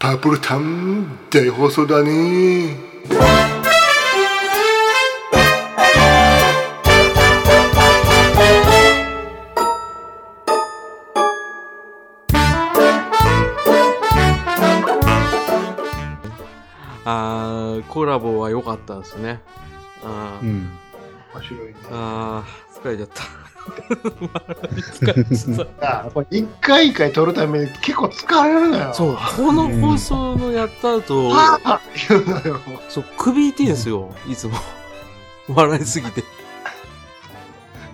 パープルタウン大放送だねあーコラボは良かったですね。あーうん。面白いねあー疲れちゃった。疲れちゃっあこれ一回一回撮るために結構疲れるのよた。そう、この放送のやった後、ああっていうのよそう、首痛いんですよ、いつも。 笑いすぎて。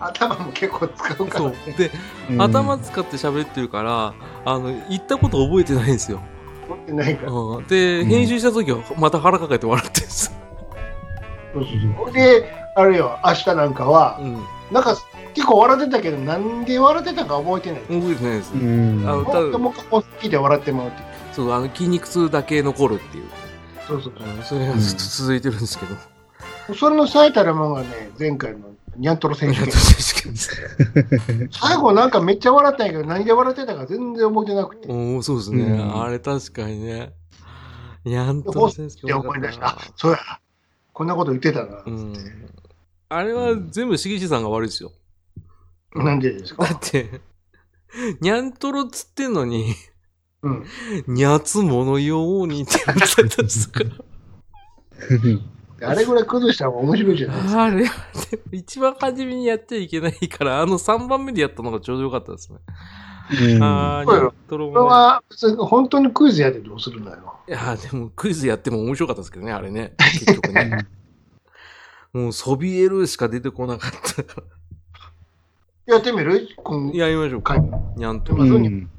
頭も結構使うからそうね。で、うん頭使って喋ってるから、あの、言ったこと覚えてないんですよ。持ってないからうん、で、うん編集した時はまた腹抱えて笑ってるんです。そうそうそうほんであれよ明日なんかはうん。なんか結構笑ってたけどなんで笑ってたか覚えてない覚えてないです。うん。あもうの一回もう一回好きで笑ってもらうっていうそう、あの、筋肉痛だけ残るっていう。そうそううん、それがずっと続いてるんですけど。そうそれの最たるもんがね前回のニャントロ選手権最後なんかめっちゃ笑ったんやけど何で笑ってたか全然覚えてなくておーそうですね、うんあれ確かにね。にゃんとホ先生で思い出した あそうやこんなこと言ってたなう、ん。あれは全部しげちさんが悪いですよ。なんでですだか、って、にゃんとろっつってんのに、うん、にゃつものようにって言ってたんですから。あれぐらい崩した方が面白いじゃないですかあれ、一番初めにやっちゃいけないから、あの3番目でやったのがちょうどよかったですね。うんああ、そうによゃんとろこれも、ね。は別に本当にクイズやでどうするんだよいやー、でもクイズやっても面白かったですけどね、あれね。結局ね。もうそびえるしか出てこなかったかやってみる今ら。やりましょうか回。にゃんとうろ、んうん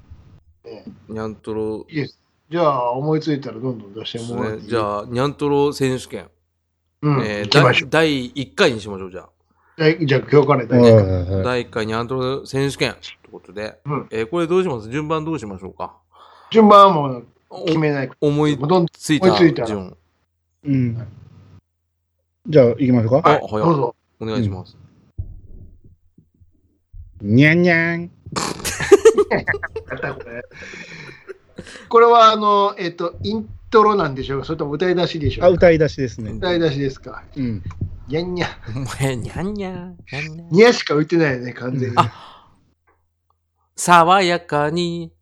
にゃんとろいいですじゃあ思いついたらどんどん出しでてすもらっね。ていいじゃあ、にゃんとろ選手権。うんえー行きましょう第1回にしましょう、じゃあ。じゃあじゃあ今日からはいだねはいはい第1回にゃんとろ選手権。ということで。うんえーこれどうします順番どうしましょうか順番はもうお決めない思いもうどんついた思いついたら順。うん。じゃあ、行きましょうあ、か。はい。どうぞお願いします。にゃんにゃん。やったこれこれはあのえっ、とイントロなんでしょうかそれとも歌い出しでしょうあ、か歌い出しですね。歌い出しですかうん。にゃんにゃお前、にゃんにゃん。にゃんにゃんにゃしか浮いてないよね完全に、うん爽やかに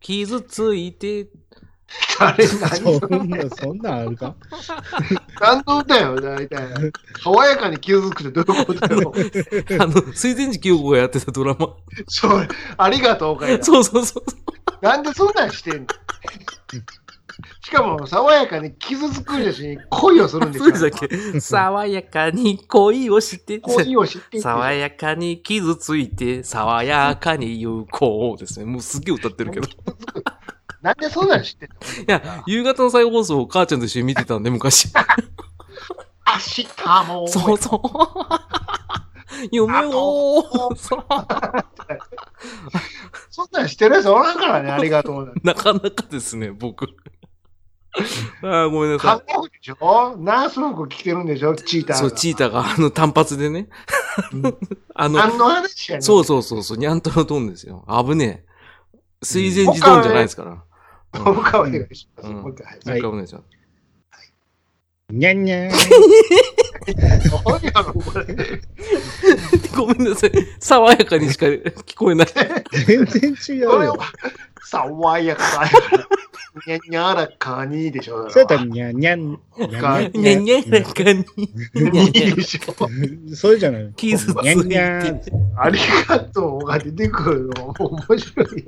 傷つい て。あれ何そんな、そんなんあるか何の歌よ大体爽やかに傷つくってどういうことだろうあの、水前寺清子がやってたドラマ。そうありがとうかいなそうそうそう。なんでそんなんしてんのしかも爽やかに傷つくじゃし恋をするんでしょそうでしたっけ爽やかに恋をして、恋を知っていく爽やかに傷ついて、爽やかに言う子をですね。もうすっげえ歌ってるけど。いなんでそんなん知ってんのや、夕方の再放送を母ちゃんと一緒に見てたんで、 昔。明日もそうそう。 夢を、そうそんなんしてるやつおらんからねありがとうなんてなかなかですね、僕。ああ、ごめんな韓さ国でしょナース服着てるんでしょチータい。ーそう、チーターがあの単発でね。 あの、何の話やねんそうそうそうそう、ニャントのドンですよ。危ねえ。水前寺ドンじゃないですから。うん他お願いします。うんもう一回。もう一回お願いします。にゃんにゃん。何やろ、これ。ごめんなさい。爽やかにしか聞こえない。全然違うこれはよ。爽やか。にゃにゃらかにでしょ。そうやったら、にゃんにゃん。に ゃんにゃにゃらかに。にゃいいにゃでしょ。うんそれじゃない。傷つにゃんいにゃんて。。ありがとうが出てくるの面白いよね。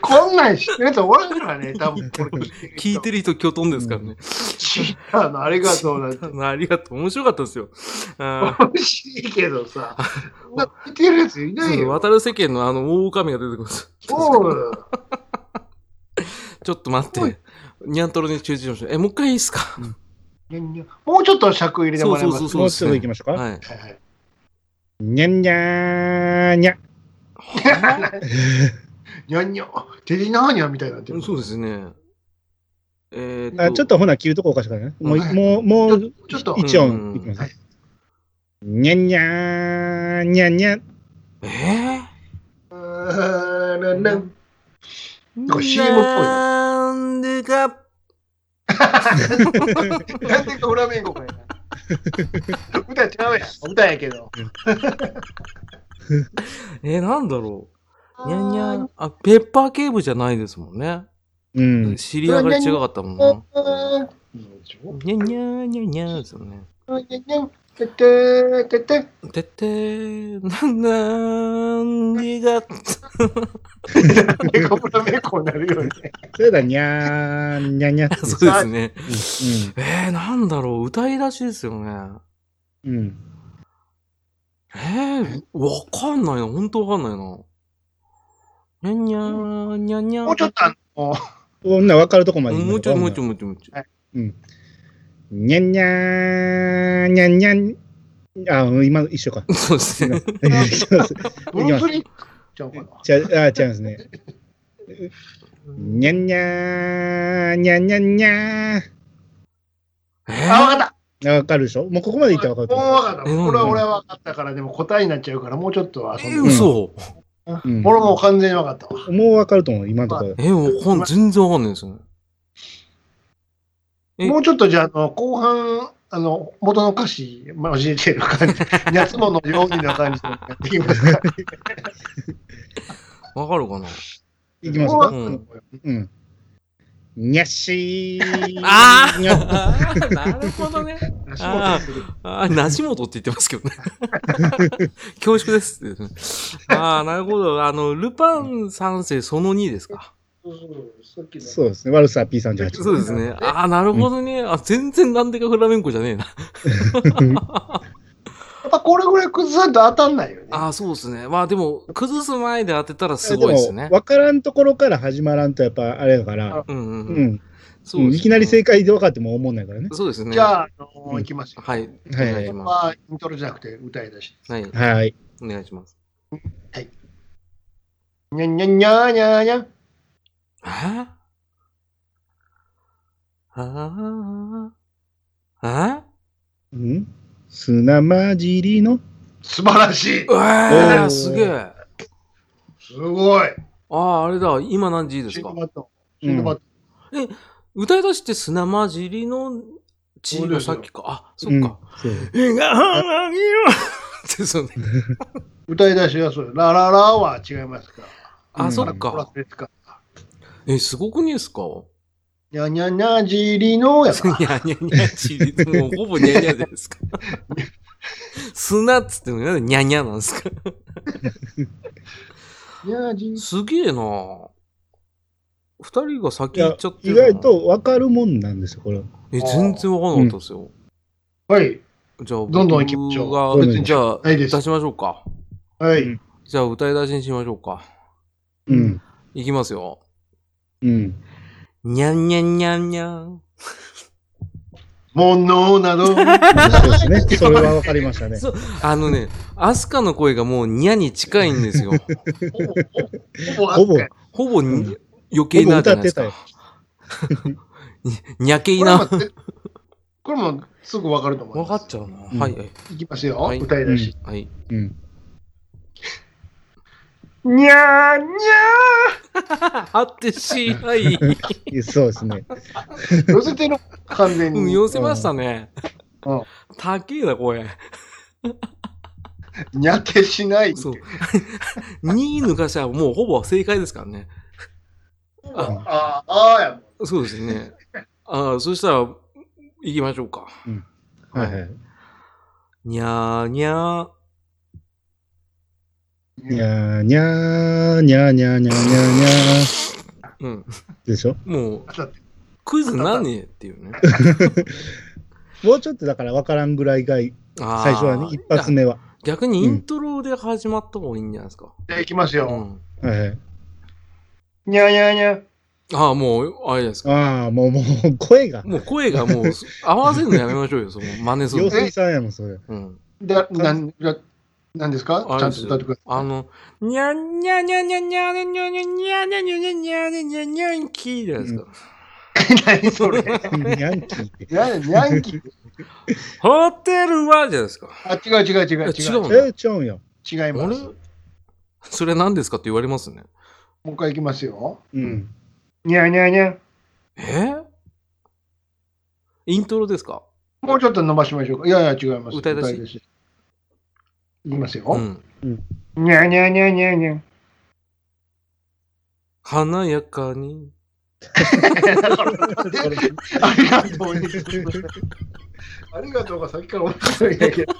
こんなん知ってるやつおらんからね、多分これ聞いてるる人、きょとんですからね。人。チーターのありがとうなん て。ありがとう。面白かったですよ。あ面白いけどさ、そんな聞いてるやついーないそうよ。渡る世間のあの、大狼が出てくるんです。そう よ。ちょっと待って。ニャントロに中止しましょう。え、もう一回いいですかにゃにゃもうちょっと尺入れてもらえますそうもうちょっと行きましょうか。はい。はいはいにゃんにゃーにゃ。にゃんにゃ、てりなーにゃみたいにな ってる。そうですね。えーあちょっとほな、切るとこおかしいからね。もう、はいもう、もう、ちょっと、い一音いきます。にゃんにゃーにゃんにゃん。えうーん、なんなんなんか CM っぽいななんでか、なんでかフラ メンコかいな。歌違うやん。歌やけど。え、なんだろう。にゃんにゃん。あ、ペッパー警部じゃないですもんね。うん。知り合いが違かったもんな。ににゃんにゃん、にゃんにゃんですよね。ゃん。てててて。てってー、なんなんでが、なんでかフラメンコになるよね。それだ、にゃーん、にゃんにゃんっ て。そうですね。す。えー、なんだろう。歌い出しですよね。うん。うん。えー、わかんないな。ほんとわかんないな。にゃんにゃー、にゃんにゃん。もうちょっとあの、こんな分かるとこまで。もうちょい、もうちょい。い、もうちょい、もうちょい。にゃんにゃーん、にゃんにゃん。あ、今の一 緒か。そうですね。ブルースリーちゃうかな。ちゃ、あ、違うんですね。にゃんにゃー、にゃんにゃんにゃー。えあ、わー、かった。わかるでしょもうここまでいったらわかもうわかった。こる。れは俺はわかったから、でも答えになっちゃうから、もうちょっと遊えんで。嘘。うん俺もう完全にわかったわ。もうわかると思う、今のところ。え、わかん、全然わかんないですね。えもうちょっとじゃあ、あの後半、あの、元の歌詞、交えてる感じ、 夏物のようにな感じでやっていきますか。わかるかないきますもうわかかんないうん。にゃっしー。あにゃあーなるほどね。足元する ああ、なじもとって言ってますけ どね。恐縮ですって言ってます。ああ、なるほど。あの、ルパン三世その2ですか。さっきのそうですね。ワルサー P38。そうですね。ああ、なるほどね。あ、全然なんでかフラメンコじゃねえな。やっぱこれぐらい崩さないと当たんないよね。ああ、そうですね。まあでも、崩す前で当てたら すでごいもですね。わからんところから始まらんと、やっぱあれだから、うんうんううん。ん。そうですねいきなり正解で分かっても思わないからね。そうですね。じゃあ、あうのんいきますよ。はい。おはい願いしままあ、イントロじゃなくて歌い出し。す。はい。はい。お願いします。にゃんにゃんにゃーにゃーにゃん。えーああ。えうん砂混じりの、素晴らしいうわーおーすげえ。あすごいあー、あれだ。今何時でシすンかドバット。シンドバット。歌い出しって砂混じりの地のさっきか。あ、そっか。そうえがはがぎはってそうね。歌い出しはそうよラララは違いますから。あ、うんそっコラかス。ですから。え、すごくねえですかにゃんにゃんにゃーじりのやからいや、にゃにゃちり、もうほぼにゃにゃじゃないですか。砂っつってもなんでにゃにゃなんですか。にゃーじり。すげえな二人が先行っちゃって意るな外。と分かるもんなんですよ、これは。え、全然わかんなかったですよ。はい。じゃどあ、んどん行きましょう僕が別にじゃあ、ない出です。しましょうか。はうんい。じゃあ、歌い出しにしましょうか。うん。いきますよ。うん。にゃんにゃんにゃんにゃん。ものなど。そうです ね。それは分かりましたね。そう、あのね、アスカの声がもうニャに近いんですよ。ほぼ、ほぼ、ほぼ、ほぼにうん余計なじゃないですかほ。ににゃけいこれな。もこれもすぐわかると思い分ます。かっちゃうな。うんはいはい。いきますよ、はい歌い出し。はい。 うん。にゃーにあってしはい。そうで すね。ゃー寄せてる、完全うんに。寄せましたねうん。たけえな、これ。にゃけしないって。そう。に抜かしたらもうほぼ正解ですからね。あああーやもん。そうですね。ああ、そしたら、行きましょうか。はいはい。にゃーにゃー。にゃーにゃー、にゃーにゃーにゃーにゃーにゃー。うん。でしょもう、だってクイズ何って いうね。もうちょっとだから分からんぐらいがいいあー最初はね、一発目は。逆にイントロで始まった方がいいんじゃないですか。じゃあいきますうよ。ん。はいはい。にゃにゃにゃ。ああ、もう、あれですか。ああ、もう、もう、声が。もう声がもう、合わせるのやめましょうよ、その真似する陽の。水さんやもん、それ。うん。だ、なん、だ、なんですかちあゃれんですと歌ってください。あの、にゃんにゃんにゃんにゃんにゃんにゃんにゃんにゃんにゃんにゃんにゃんにゃんにゃんにゃんにゃんにゃんにゃんきーじゃないですか。何それ。ニャンキーって。にゃ、にゃんき。ホテルはじゃないですか。あ、違う違う違う違いや違うう。のえ、ちゃうんよ。違います。それ何ですかって言われますね。もう一回いきますよ。うん。にゃにゃにゃ。えイントロですかもうちょっと伸ばしましょうか。いやいや、違います。歌い出しです。いきますう よ。ん。にゃにゃにゃにゃにゃ。華やかに。ありがとう。ありがとうがさっきから面白いんだけど。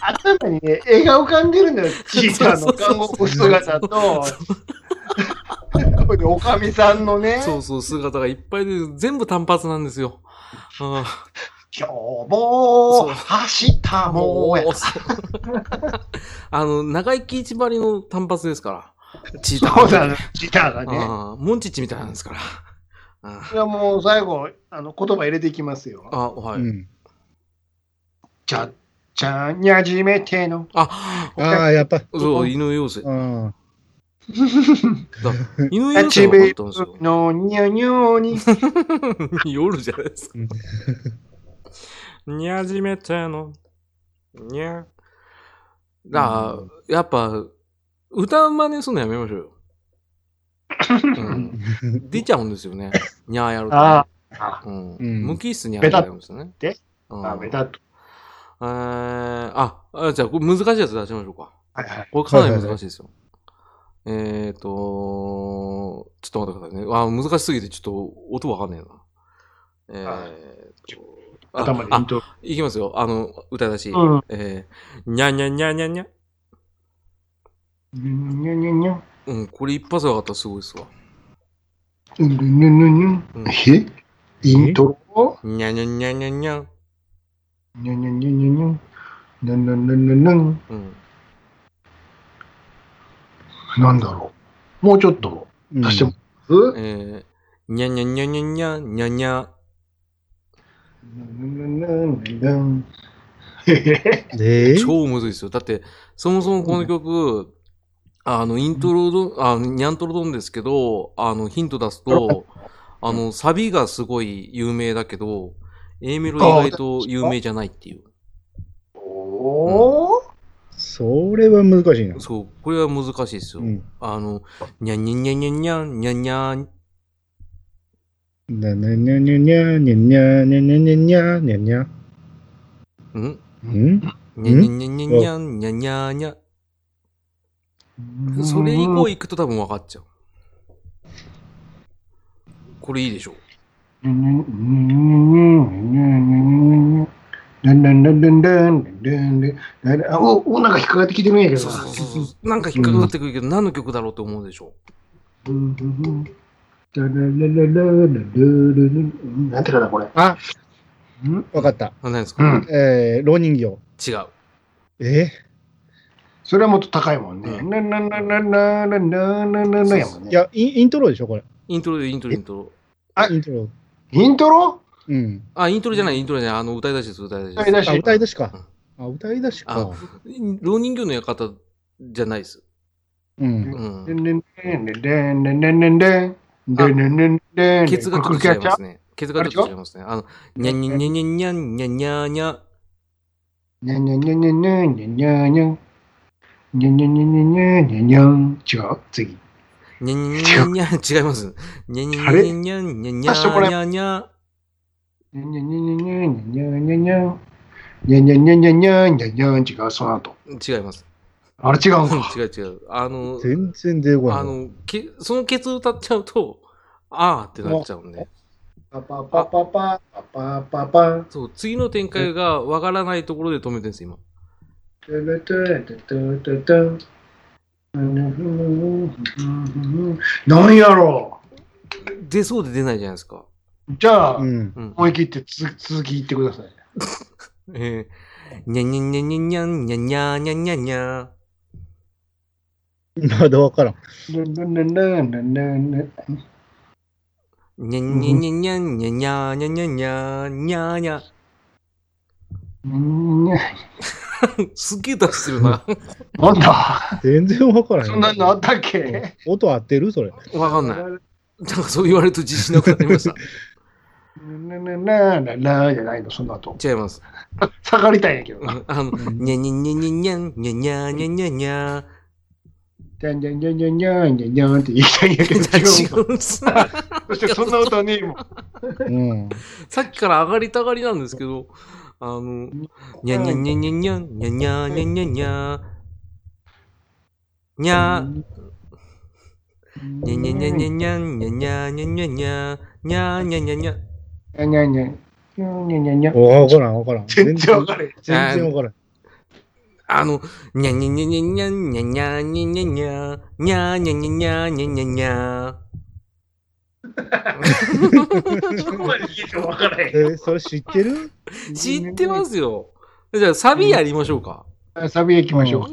頭にね、絵が浮かんでるんだよ。チーターの看護婦姿と、おかみさんのね、そうそう、姿がいっぱいで、全部単発なんですよ。あ今日も走ったあ、もんやうそう あの、長生き一張りの単発ですから。チーター。そうだね、チーターがね。ああ、モンチッチみたいなんですから。あいやもう最後、あの言葉入れていきますあよ。あ、はい。うんちゃっちゃんにゃじめての。あ、ああ、やっぱ。そう、犬妖精。うん。だ犬妖立精ちがあべったんですよ。のにゃにょに。 夜じゃないですか。うんにゃじめての。にゃ。だから、やっぱ、歌真似すんのやめましょうよ。うん、出ちゃうんですよね。にゃーやると。ああ、うんうん無機質にゃーやるんですよね。ベタっうんあ、目立っえーあ、あじゃあ、これ難しいやつ出しましょうか。た。はいはい。これかなり難しいですよ。えっ、ー、と、ちょっと待ってくださいね。あ、難しすぎてちょっと音わかんねえな。はえー、と、あ頭でイントロ。あいきますよ。あの、歌い出し。うん。えー、にゃにゃにゃにゃにゃ。にゃにゃにゃ。うん、これ一発上がったらすごいっすわ。にゃにゃにゃうんにゃ。えイントロにゃにゃにゃにゃにゃ。にゃにゃにゃにゃにゃ。なんなんなんなんなん。うん。なんだろう。もうちょっと出してもらええー、にゃにゃにゃにゃにゃ、にゃにゃ。ますなんなんなんなんへへへで、超むずいですよ。だって、そもそもこの曲、あの、イントロど、あの、ニャントロドンですけど、あの、ヒント出すと、あの、サビがすごい有名だけど、A メロ意外と有名じゃないっていう。おーそれは難しいな。そう、これは難しいですよ。うん。あの、にゃんにゃんにゃんにゃんにゃん、にゃんにゃん、ななにゃにゃにゃにゃにゃにゃにゃにゃにゃにゃにゃ。んうにゃんんにゃんにゃんにゃん、にゃんにゃんにゃん。それ以降行くと多分分かっちゃう。これいいでしょあおおなんか引っかかってきてるんやけどそうなそうそうそう。なんか引っかかってくるけど、何の曲だろうって思うでしょなんてかなこれあ、んわかった。あ、何ですか、うんえー、老人形。違う。えそれはもっと高いもんねうななななななななななやもんー、ねいやイン、イントロでしょ、これ。イントロでイントロイントロ。あイントロ。イントロうん。あ、イントロじゃない、イントロじゃない。あの、歌い出しです、歌い出し歌い出でしす。あ、歌い出しか。あ、歌い出しか。老人形の館じゃないです。うん。うん。ケケツがちょっと違いますね。ケツがちょっと違いますね。あの、にゃんにゃんにゃんにゃんにゃんにゃんにゃんにゃん。にゃにゃにゃにゃにゃにゃにゃにゃん。にゃにゃにゃにゃにゃにゃにゃん。違う次。にゃんにゃんにゃんにゃん。違います。にゃんにゃんにゃんにゃんにゃんにゃんにゃんにゃんにゃん。にゃにゃにゃにゃにゃにゃにゃにゃん。にゃにゃにゃにゃにゃにゃにゃん。違う、その後。違います。あれ違ううんか。ん違う違う。あの、全然出てこない。あの、けそのケツ歌っちゃうと、あーってなっちゃうんで。パパパパパパパパパ。そう、次の展開がわからないところで止めてるんです、今。トゥルトゥルトゥトゥトゥトゥ。なんやろ出そうで出ないじゃないですか。うじゃあう、ん。うん。思い切ってつ続き言ってください。えー、にゃんにゃんにゃんにゃんにゃんにゃんにゃんにゃんにゃんにゃん。まだわからん。ぬぬぬぬぬぬぬにゃんにゃんにゃんにゃんにゃんにゃんにゃんにゃんにゃんにゃんにゃん。 にゃすげえ出してるな。 なんだ全然わからん。そんなのあったっけ音合ってるそれ。わかんない。 なんかそう言われると自信なくなりました。 なななななじゃないの、その後。違います。 下がりたいんやけどうな。んあの、 うんにゃんにゃんにゃんにゃんにゃんにゃんにゃんにゃんにゃんにゃん。ゃんじゃんじゃんじゃんじゃんじゃんじゃんって言い たいんやけど、違うもん。 違うんすねそしてそんな歌ねえもん。うん。さっきから上がりたがりなんですけど、あの、にゃんにゃんにゃんにゃんにゃん、にゃんにゃんにゃんにゃんにゃん、にゃー、にゃんにゃんにゃんにゃんにゃん、にゃんにゃんにゃんにゃんにゃん、にゃーにゃんにゃんにゃん。にゃんにゃんにゃん。にゃんにゃんにゃんにゃん。おわからんわからん。全然わかん。れへん。全然わからん。あの、にゃんにゃんにゃんにゃんにゃんにゃんにゃんにゃんにゃん、にゃーにゃんにゃんにゃんにゃんにゃんにゃん。そこまで聞いてもわからへえー、それ知ってるん。知ってますよ。じゃあ、サビやりましょうか。すサビへ行きましょ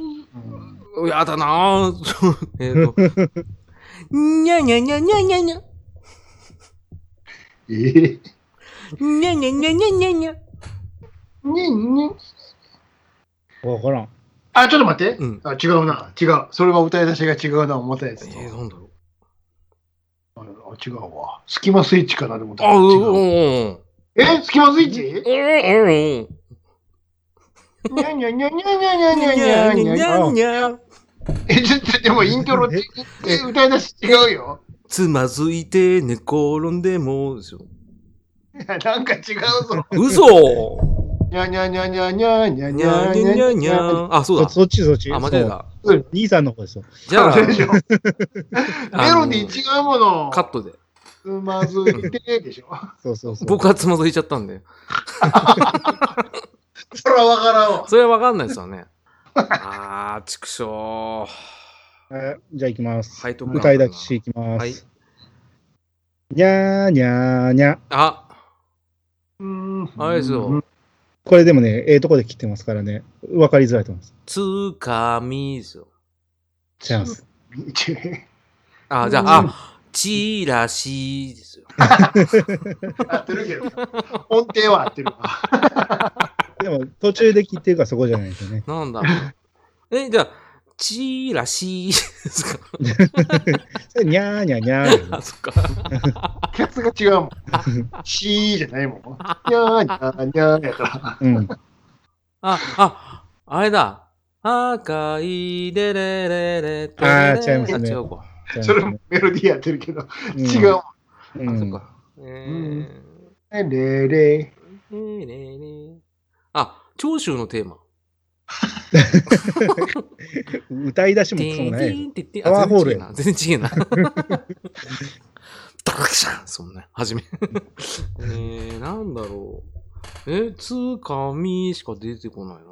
う。やだなぁ。そうえっと、にゃにゃにゃにゃにゃにゃ、えぇ。にゃにゃにゃにゃにゃにゃ。にんにん。わからん。あ、ちょっと待って。うんあ違うな。違う。それは歌い出しが違うな、思ったやえつと。ー、なんだろう。あ違うわ。スキマスイッチかなと思ったあ、らう違ん、うん、うう。ん。えスキマスイッチうん、にゃにゃにゃにゃにゃにゃににゃゃににゃゃにゃににゃ。ゃにゃ。え、ちょっと、でもイントロ、え歌い出し違うよ。つまずいて寝転んでも、ですよ。いやなんか違うぞ。嘘にゃにゃにゃにゃにゃにゃにゃにゃにゃにゃ。あ、そうそだ。そっちそっち。あ、間違えた。そう。兄さんの方ですよ。じ ゃあ、そうでしょメロディーあ違うもの。のカットで。つまずいてでしょ。そうそうそう。僕はつまずいちゃったんで。そらわからんわ。それはわかんないですよね。あー、畜生。はえーじゃあ行きます。い、徳永歌い出しいきます。はいにゃーにゃーにゃー。あ、うんあれですよ。これでもね、ええとこで切ってますからね、わかりづらいと思います。つかみですよ。違います。あ、じゃあ、あ、チラシですよ。合ってるけど。音程は合ってるわ。でも、途中で切ってるからそこじゃないですよね。なんだ。 え、じゃあ、チラシですか。それにゃーにゃーにゃー。あ、そっか。キャツが違うもん。シーじゃないもん。にゃーにゃーにゃーやから。うん。あ、あ、あれだ。赤いでれれれてあーれれ違いますねあ違うか。それもメロディーやってるけど、違うもん。うん。あ、うそっんか。えーんレレレ。えーねーねーあ、長州のテーマ。歌い出しもてくそもんなてい。んてんてんパワーホールやあ全然違えな。全然違えな。 ダクシャンそんな、はじめ。えー、なんだろう。え、つかみしか出てこないな。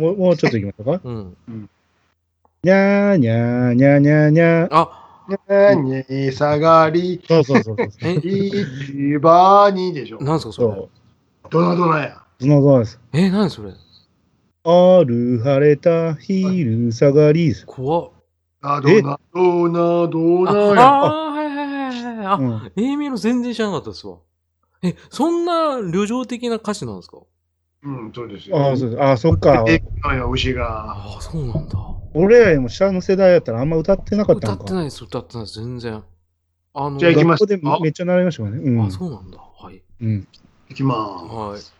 もう、もうちょっといきましょうか。うん。にゃーにゃーにゃーにゃーにゃー。あ、何下がり、そうそうそうそう。え、一番にでしょ。なんですかそそれう。。どなどなや。ズノゾです。え、なんそれある晴れた昼下がりです。怖っ。などなどなどあ、あなや。ー、はいはいはいはい。あう、ん。 A メロ全然知らなかったですわ。え、そんな旅情的な歌詞なんですかうん、そうですよ。ああ、そうです。ああ、そっか。え、のよ、牛が。ああ、そうなんだ。俺らよりも下の世代やったらあんま歌ってなかっ歌たのってか。ないです、歌ってないです、全然。あの、じゃあ行きます学校でめっちゃ習いましたからね。うんあ、。そうなんだ。はい。うん。いきまはい。ーす。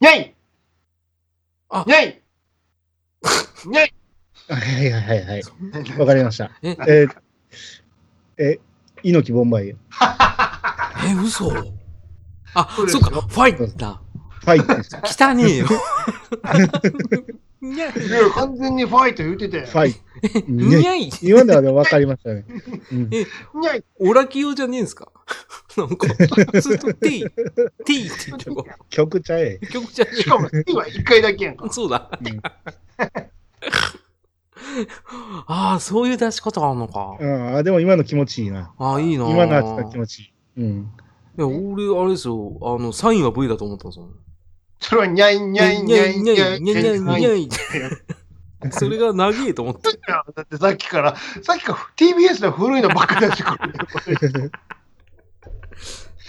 にゃいあにゃ いにゃいはいはいはいはい。そんなわかりました。え、えー、え、猪木ボンバイエ、え、嘘あそう、ですそよっか、ファイだ。ファイト です。フ汚ねえよ。にゃい、いや完全にファイト言ってたよ。ァイト。にね、ゃい、今ではね、わかりましたね。うんにゃいオラキオじゃねえんすか なんか、ずっと T、T って言ってこ曲ちゃえ。う。曲じゃねしかも、今一回だけやんかえ。。そうだ。うんああ、そういう出し方あんのか。ああ、でも今の気持ちいいな。ああ、いいな。今のはちょっと気持ちいい。うん。いや、俺、あれですよ、あの、サインは V だと思ったんですよ。それはにゃいにゃいにゃいにゃいにゃいにゃいにゃい。い。それが長えと思って。だってさっきから、さっきから TBS の古いのばっかり出してくるよ。こ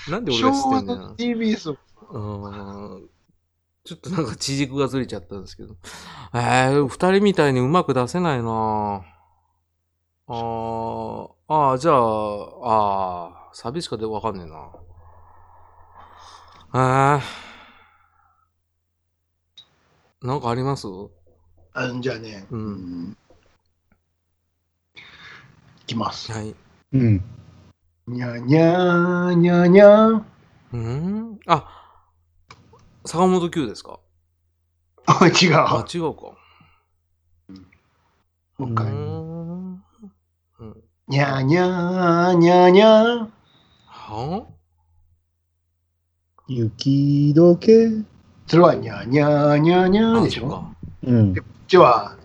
れなんで俺昭が和知ってんだよなの。TBS を。うーんちょっとなんか地軸がずれちゃったんですけど。えー、二人みたいにうまく出せないなあーあー、じゃあ、ああ、サビしかでわかんねえなあーなんかありますあんじゃあね、うんきます。はい。うん。にゃにゃーにゃにゃー。うんあ、坂本九ですかあ、違あう。、違うか。もう一うー回。ん。うんにゃにゃーにゃにゃー。は雪解け。うそれはにゃにゃーにゃにゃあーでしょ。そこうん。っちは、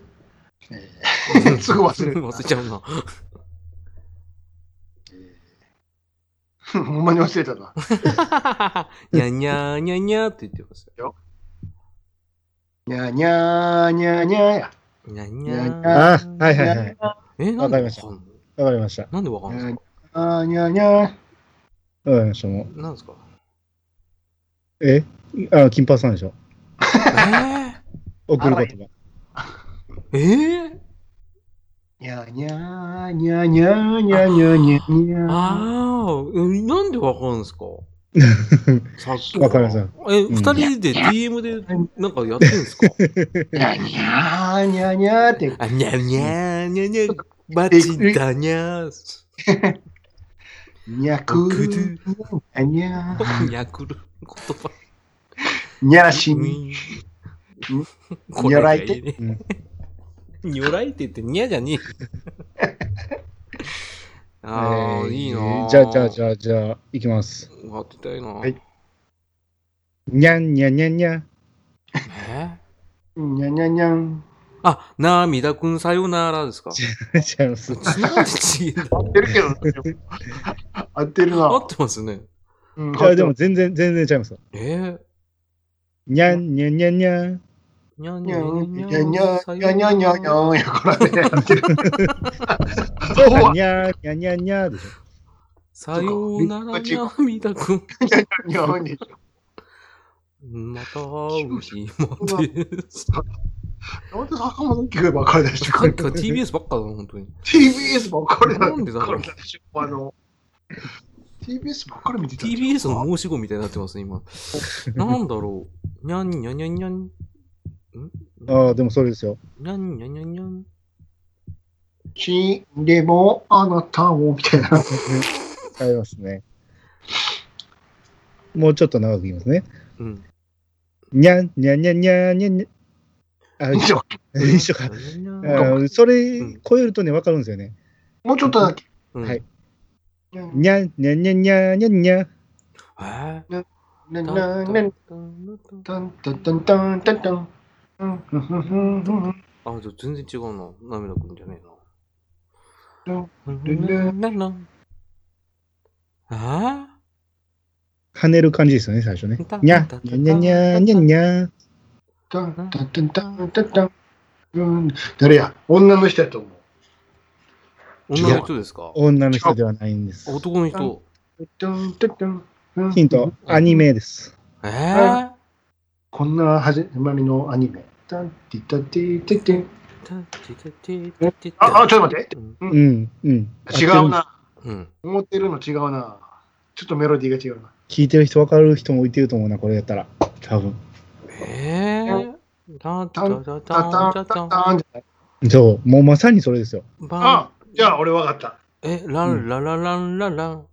えーかすぐ忘れる。 忘れちゃうな。ほんまに忘れたな。にゃにゃーにゃにゃーって言ってますにゃにゃーにゃにゃーや。よ。にゃにゃー。あ、はいはいはい。え、なんわかでわりまかしんのわかりました。なんでわかんないんですあーにゃにゃー。わかりました。もかなんですかうえあ、金八さんでしょ。送る言葉。えー、えー、にゃにゃーにゃにゃーにゃにゃーにゃにゃー。ああ、えなんでわかるんですかさっきわかりません。え、ん二人で DM でなんかやってんです かにゃにゃーにゃにゃーって。あ、にゃにゃー、にゃにゃー、バチだにゃー、にゃくー。にゃー。にゃくる言葉。にゃらしみ。これがいいにょらね。にょらいてってにゃじゃねえ。ああ、えーいいなあ。じゃあじゃあじゃあじゃあ、いきます。わってたいな。はいにゃんにゃんにゃんにゃん。えにゃにゃにゃん。あ、なみだくんさよならですか。違います。なんで違えんだ合ってるけどね。合ってる合な。ってますね。うんいや、でも、全然、全然違いますよ。えー、にゃんにゃんにゃんにゃん。にゃんににゃゃんんににゃゃんんにゃんにゃんにゃんにゃんにゃんにゃんやからね。合ってるそうかにゃーにゃんにゃんにゃーでしょ。さよならにゃみだくん。にゃんにゃんまた会う日までです。なんで坂本九ばっかりでしょなんか TBS ばっかだな、本当に。 TBS ばっかりだなんでだろうあの、TBS ばっかり見てた。 TBS の申し子みたいになってますね、 今。なんだろう。にゃんにゃんにゃんにゃん。んああ、でもそれですよ。にゃんにゃんにゃんにゃん。死んでもあなたをみたいな。違いますね。もうちょっと長く言いますね。うん。にゃんにゃんにゃんにゃんにゃんにゃん。あ、一緒一緒か。にゃんにゃんあそれ超えるとね、わかるんですよね。もうちょっとだけ。うんはいにゃんにゃんにゃんにゃんにゃんにゃんにゃん。えーにゃんにゃんにゃんあ、タンタンタンタンタンタンうんうんうんうんうんじゃあ全然違うな。涙くんじゃねえな。ルあ跳ねる感じですよね、最初ね。にゃんにゃんにゃんにゃんにゃん。タンタンタンタンタンタンうん誰や女の人やと思う。女の人ですか女の人ではないんです。男の人。タンタンタンうんヒント、アニメです。えーこんな始まりのアニメ。タンティタティテテあ、あ、ちょっと待って。うん、うん。違う。な。うん。思ってるの違うな。ちょっとメロディーが違うな。聞いてる人分かる人もいてると思うな、これやったら。多分。えータンタンタンタンタタンタンタンタンンタンじゃない。そう、もうまさにそれですよ。バンあ、じゃあ俺わかった。え、ランララランララン。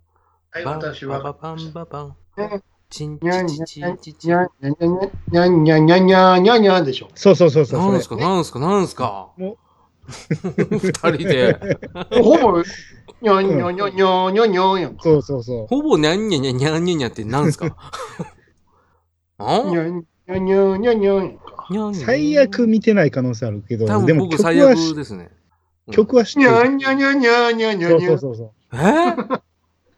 はい、バン私は。ババンババンうん。チンにゃチんチにゃんチチチチ。にゃんにゃんにゃんにゃんにゃんにゃんにゃんにゃんでしょ。そうそうそうそう。なんすそか、なんすか、なんすか。も 二人で。ほぼ、にゃんにゃんにゃんにゃんにゃんにゃんやん。れそうそうそほぼにゃんにゃにゃにゃんにゃにゃってなん すかあにゃんにゃんにゃんにゃんにゃんやんか。にゃんう。にゃん最悪見てない可能性あるけど、多で分も僕曲最は悪しですね。うん曲は知っにてゃる。んにゃんにゃんにゃんにゃんにゃんそうにゃ。そうんそうそえー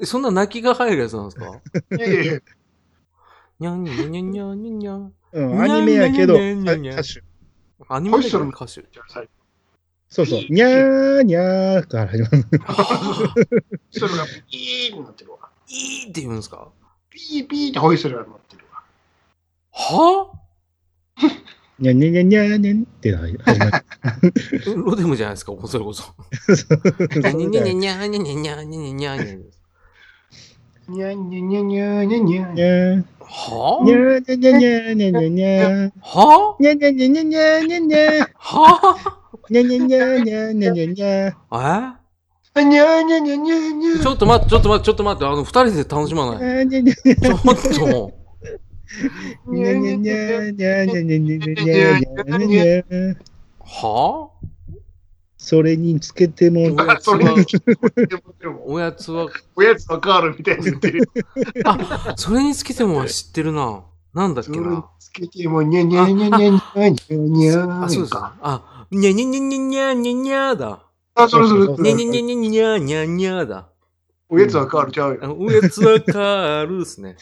えそんな泣きが入るやつなんですかいやいやにゃんにゃにゃにゃにゃにゃん。う。うん、アニメやけど、あにゃんにゃんにゃんにゃん歌手。アニメ的な歌手。そうそう。にゃーにゃーから始まる。 それがピーになってるわ。いいって言うんですかピーピーってホイッスルがなってるわ。はぁにゃんにゃんにゃんにゃーにゃんって始まる。えロデムじゃないですか、もうそれこそ。そうにゃにゃにゃににゃにゃにゃにゃにゃにゃにゃにゃにゃんにゃんにゃんにゃんにゃんにゃんにゃん。ゃーはにゃぁーにゃんにゃんにゃんにゃんにゃんはぁにゃんにゃんにゃんにゃんにゃんにゃんにゃんはにゃんにゃんにゃんにゃんにゃんにゃんにゃんぁあにゃーにゃーにゃーにゃーにゃーちょっと待って、ちょっと待って、ちょっと待って、あの、二人で楽しまない。ちょっともにゃーにゃーにゃーう、はぁそれにつけてもおやつそれでは、もでもおやつは、おやつはカールみたいに言ってるよ。あ、それにつけてもは知ってるな。なんだっそけれな。つけてもにゃにゃにゃにゃにゃにゃにゃあ、そうですか。あ、にゃにゃにゃにゃにゃにゃにゃだ。あ、それそれそにゃれにゃにゃにゃにゃにゃにゃだ。おやつはカールちゃうよ。あの、おやつはカールですね。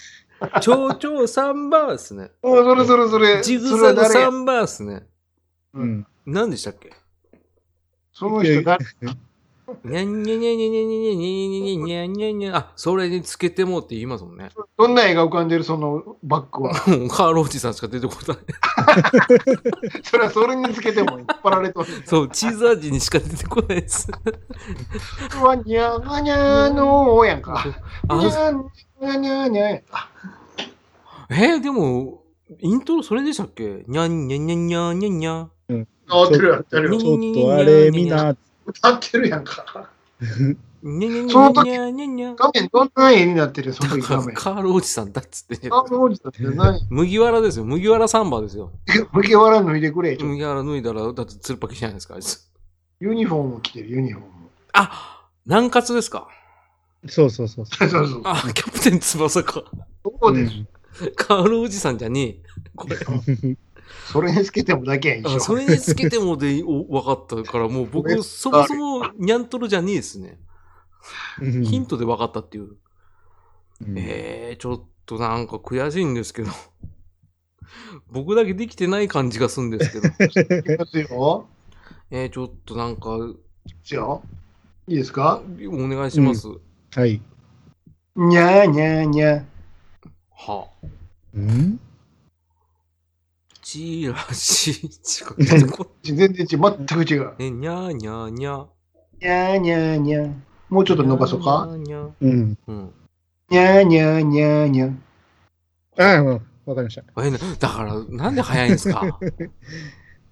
蝶々サンバーっすあ、ね。それそれそれ。ジグそれザはグ誰サやンバーっすね。うん何でしたっけその人誰にゃんにゃにゃにゃにゃにゃにゃにゃにゃにゃにゃにゃあ、それにつけてもって言いますもんね。どんな絵が浮かんでるそのバッグは。もうカールおじさんしか出てこない。それはそれにつけても引っ張られて る。そう、チーズ味にしか出てこないです。それはにゃがにゃのーやんか。にあゃにゃにゃにゃやんか。えーでも、イントロそれでしたっけにゃんにゃんにゃんにゃんにゃんにゃん。合ってる合ってる。に合ってるやんか。にゃんにゃんにそゃのん時にゃんにゃんにゃん。だ画面どんな絵になってるよその時か画ら面。カールおじさんだっつってんじゃんあ、そうじゃない。麦わらですよ。麦わらサンバですよ。麦わら脱いでくれ。ちょっと麦わら脱いだら、だってつるぱきしないですから、あいつユニフォーム着てる、ユニフォーム。あ、南葛ですか。 そうそうそう。あ、キャプテン翼か。そうです。カールおじさんじゃねえ。これ。それにつけてもだけやん、あ一そ緒。れにつけてもでお分かったから、もう僕、そもそもニャントロじゃねえですね。ヒントで分かったっていう。えー、ちょっとなんか悔しいんですけど。僕だけできてない感じがするんです けど。いきますよ。えー、ちょっとなんか、いきますよ。いいですかお願いします。にゃーにゃーにゃー。はあ。チラシ、違う。全然違う。全く違う。 え、にゃーにゃーにゃー。にゃーにゃーにゃー。もうちょっと伸ばそうか。にゃーにゃーうん。にゃーにゃーにゃーにゃー。え、なだから、なんで早いんで すか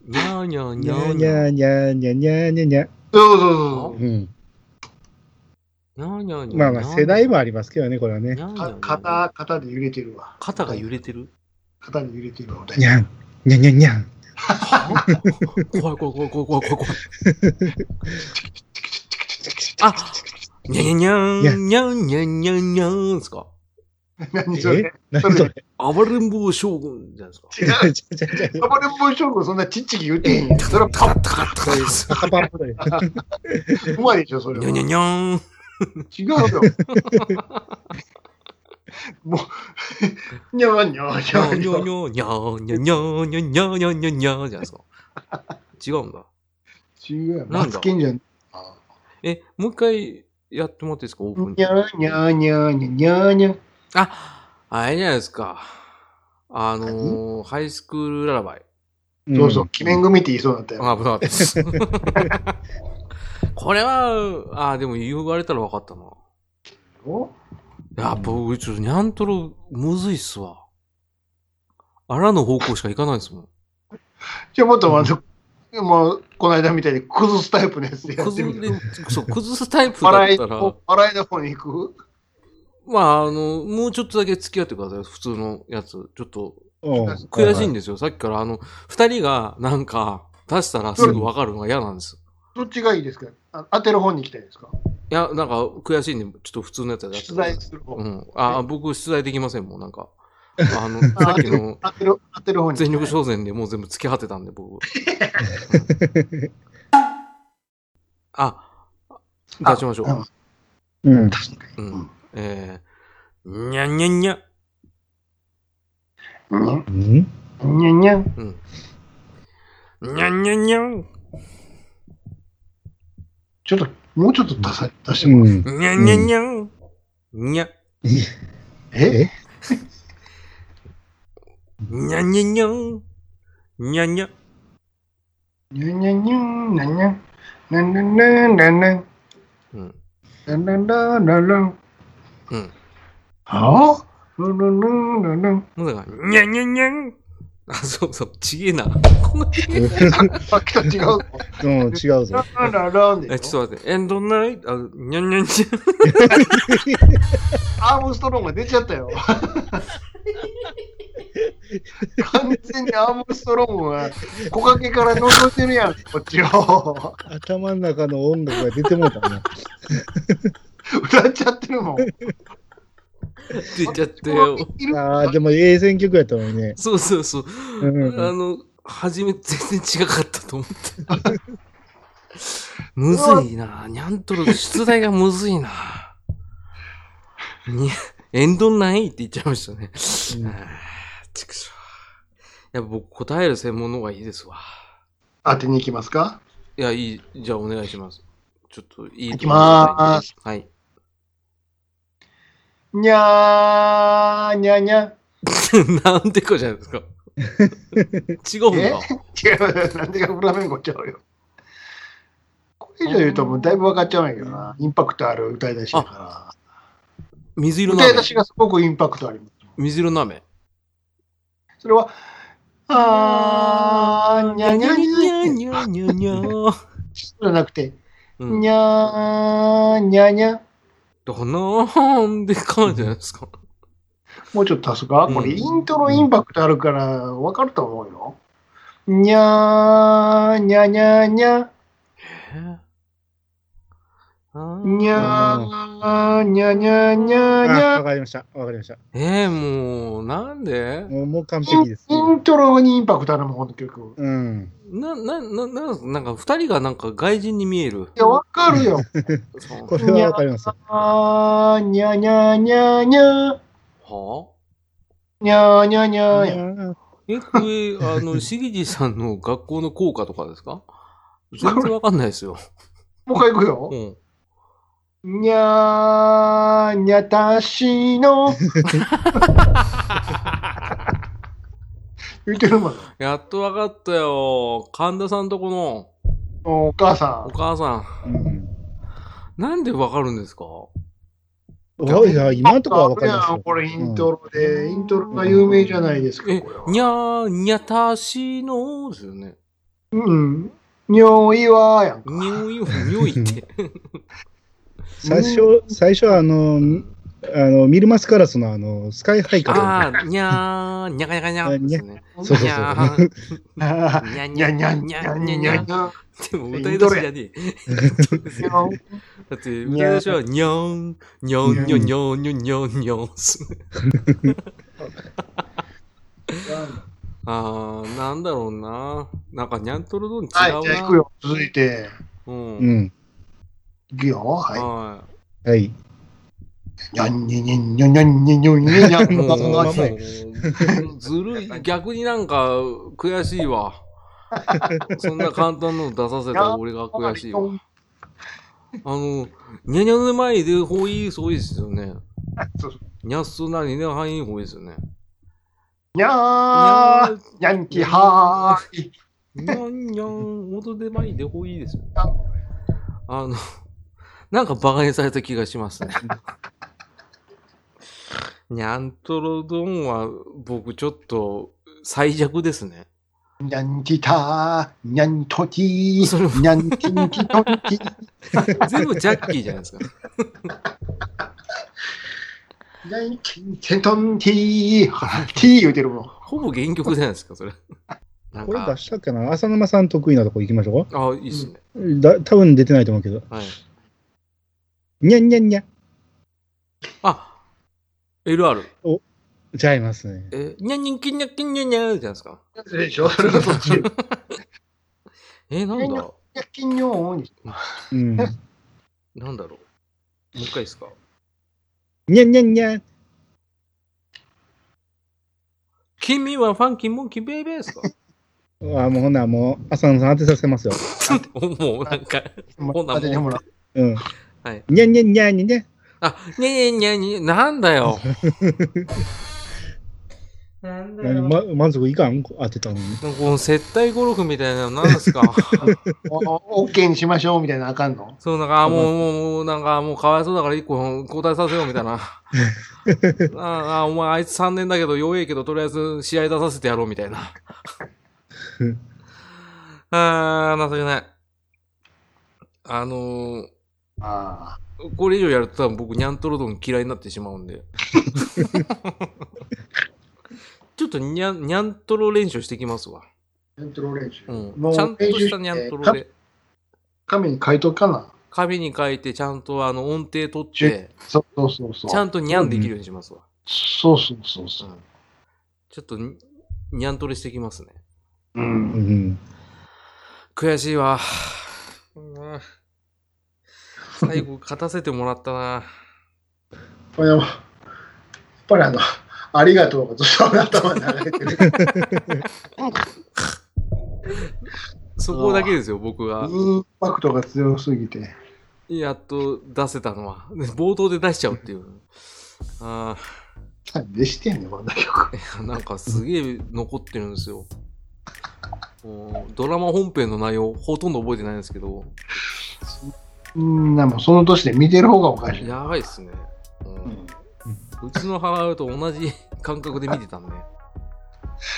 にゃーにゃーにゃーにゃー。そうそうそうにゃーにゃーにゃー。まあまあ世代もありますけどね、これはねに。ゃーそう。にゃーにゃかー。肩、肩で揺れてるわ。肩が揺れてる肩で揺れてるわ。俺にゃん、にゃんにゃんにゃん。は怖い怖い怖い怖い怖い怖い怖い。あにゃにゃにゃんにゃんにゃんにゃんにゃんですか何それ何それ暴れん坊将軍じゃないですか違う。暴れん坊将軍そんなちっちき言うてへんやん。それはパッタカタカですパパパで。うまいでしょ、それには。ゃにゃにゃん違うよ。もう、 にゃーにゃーににゃゃーににゃゃー。にゃにゃにゃにゃにゃにゃにゃにゃにゃじゃないですか違うんだ違うよ。なんだマツケンじゃん。あえもう一回やってもらっていいですかオープンにゃーにゃーにゃーにゃーにゃーにゃー。ああれじゃないですかあのーハイスクールララバイそうそう、鬼面組って言いそうだったよ。あ危なかったです。 これは、あでも言われたら分かったな。おやっぱ僕、ちょっとニャントロ、むずいっすわ。あらの方向しか行かないですもん。じゃあもっとあの、もう、この間みたいに崩すタイプのやつでやってみ崩る。れ、そう、崩すタイプだ笑っいたら、の、笑いの方に行くまあ、あの、もうちょっとだけ付き合ってください。普通のやつ。ちょっと、悔しいんですよ。さっきから、あの、二人が、なんか、出したらすぐ分かるのが嫌なんです。どっちがいいですかあ当てる方に行きたいですかいや、なんか、悔しいんで、ちょっと普通のやつやって出ください題する方。うん。あ、僕、出題できません、もうなん か。あの、さっきの当てる、当てる方に行き全たい。力商戦でもう全部突き果てたんで、僕。あ、出しましょう。うん。うん。えー、にゃんにゃんにゃん。うんうん。にゃんにゃん。にゃんにゃんにゃん。ちょっと、もうちょっと出さ、出してうもらう。ん。にゃんにゃんにゃん。にゃ、えにゃんにゃんにゃん。にゃんにゃん。にゃんにゃんにゃん、にゃんにゃん。なんなんなんなんなん。うん。なんなんなんなんなん。うん。はぁなんなんなんなんなん。もうだから、にゃんにゃんにゃん。あ、そうそう、ちげえな。さっきと違うの。うん、違うぞ。ララランでえ、しちょょっと待って、エンドナイト、あ、にゃんにゃんにゃん。アームストロングが出ちゃったよ。完全にアームストロングが木陰から覗いてるやん、こっちを。頭の中の音楽が出てもうたな。歌っちゃってるもん。出ちゃったよ。ああ、でもええ選曲やったのにね。そうそうそう。うんあの、初め全然違かったと思って。むずいな。にゃんとろ、出題がむずいな。にエンドないって言っちゃいましたね。うんあーちくしょう。やっぱ僕答える専門の方がいいですわ。当てに行きますかいや、いい。じゃあお願いします。ちょっといいいきまーす。はい。 にゃーにゃーにゃなんてこじゃないですか。違うんだ。ー。違う、なんでかフラメンコちゃうよ。これ以上言うともうだいぶ分かっちゃうんやけどな。インパクトある歌い出しだか水ら。色の歌い雨出。しがすごくインパクトあります。水色の雨。それは、あーにゃーにゃーにゃーにゃーにゃにゃにゃにゃ。じゃなくて、うんにゃーにゃーにゃー。だからなんでかじゃないですか。もうちょっと足すか、うんこれイントロインパクトあるから分かると思うよ。にゃーにゃーにゃーにゃーえーにゃーにゃーにゃーにゃーにあ、わゃーかりました。わかりました。えー、もう、なんでもうもう完璧です。イントロにインパクトあるもん、この曲。うん。な、な、な、な、なんか二人がなんか外人に見える。いや、分かるよ。そうこれはわかります。あーにゃーにゃーにゃーにゃーはあにゃーにゃーにゃーにゃーえ、これ、あの、しぎじさんの学校の校歌とかですか全然わかんないですよ。もう一回いくよう。ん。にゃーにゃたしの。言ってるもん。やっとわかったよ。神田さんとこのお母さお母さうんん。なんでわかるんですかおいや、今ん。のところはわかりますあよ。れこれイントロで、うんイントロが有名じゃないですか。えこれは、にゃー、にゃたしのーですよね。うん。にょいわ やんか。におい、においって。最初、最初はあの、あの、ミルマスカラスのあの、スカイハイから。ああ、にゃー、にゃかにゃかにゃーですね。そうそうにゃーそにゃににゃゃににゃゃににゃゃににゃゃににゃゃ。でも歌い出しじゃねえ。だって歌い出しはにゃーん、にゃーん、にゃーん、にゃーん、にゃーん、にゃーん、にゃーんっすね。あー、なんだろうな。なんかにゃんとるどん違うな。はい、じゃあ行くよ。続いて、うう。ん。ううん。ん。いくよ。はははい。い。にゃんにゃんにゃんにゃんにゃんにゃんにゃんにゃんい。もう、にゃんもう、ずるい。逆になんか悔しいわ。そんな簡単なの出させた俺が悔しいわ。あの、にゃにゃの前でほい、そうですよね。そうそうにゃっすなにねはいんほいですよね。にゃーにゃんきはーい。にゃんにゃん、音で前でほいですよねあ。あの、なんかバカにされた気がします ね。にゃんとろどんは僕ちょっと最弱ですね。にゃんきたー、にゃんときー、にゃんきんきとき。全部ジャッキーじゃないですか。にゃんきんきとんきー、はーきー言うてるもん。ほぼ原曲じゃないですか、それ。なんこれか出、したっけな浅沼さん得意なとこ行きましょあ、いいっすね。うか。だ多分出てないと思うけど。はい。にゃんにゃんにゃ。あ、LR。ちゃいますね。え、にゃんにゃんきんにゃんきんにゃんにゃんじゃないですか。でしょそれがそっち。え、なんだやきにょーに。うん。なんだろうもう一回ですかにゃんにゃんにゃ。君はファンキーモンキーベイベーですかあーもうほんならもう、浅野さん当てさせますよ。もうなんか、ほんなも当んててもらううん。はい。にゃんにゃんにゃにね。あ、にゃにゃにゃにゃ、なんだよ。なんだ何ろう。ま、満足いかん当てたのに。なんかこの接待ゴルフみたいなの何です かオッケーにしましょうみたいなあかんのそう、なんか、あもう、もう、もう、なんか、もう、かわいそうだから一個交代させようみたい な。ああ、お前、あいつ3年だけど、弱えけど、とりあえず試合出させてやろうみたい な。ああ、情けない。あのーあこれ以上やると多分僕、ニャントロドン嫌いになってしまう んで。ちょっとニャン、ニャントロ練習してきますわ。あ、ニャントロ練習。うん。もうちゃんとしたニ練習ャンしてトロで。紙に書いとくかな。紙に書いて、ちゃんとあの音程取って、そうそうそうそう。ちゃんとニャンできるようにしますわ。そうそうそうそう。ちょっとに、にゃんとれしてきますね。う。うんん。悔しいわ。うん最後、勝たせてもらったな。これでも、やっぱりあの、ありがとうがずっと頭に流れてる。 そこだけですよ、僕が。インパクトが強すぎて。やっと出せたのは。で冒頭で出しちゃうっていう。あなんでしてんのこんな曲。あ、 なんかすげえ残ってるんですよ。もうドラマ本編の内容、ほとんど覚えてないんですけど、うん、なんもその年で見てる方がおかしい。やばいっすね。うんううちの母親と同じ感覚で見てたんで。ん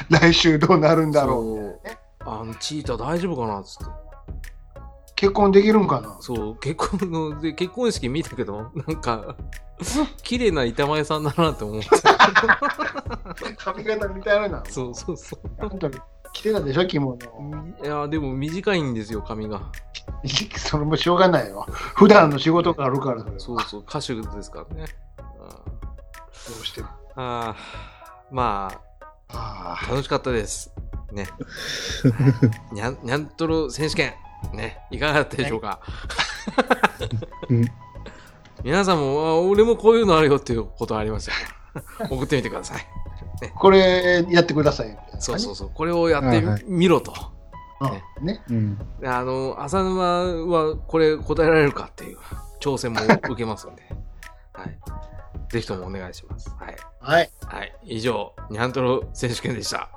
来週どうなるんだろそうあのチーター大丈夫かなっつってう。結婚できるんかなそう結婚ので結婚式見たけどなんか 綺麗な板前さんだなって思って髪型みたいなの。そうそうそ本当に着てたでしょ、着物。ういやでも短いんですよ髪がそれもしょうがないよ。普段の仕事があるからそれはそうそう歌手ですからねどうしても。あーあーまああ楽しかったです ねにゃんにゃんとろ選手権ねいかがだったでしょうか、うん皆さんもあ俺もこういうのあるよっていうことありましたら送ってみてくださいあ、これやってくださいみたいな。そうそうそう、これをやってみはい見ろと。うん。ね。うん。であの、浅沼はこれ答えられるかっていう挑戦も受けますんで、はい。ぜひともお願いします。はい。はい。はい。以上、ニャントロ選手権でした。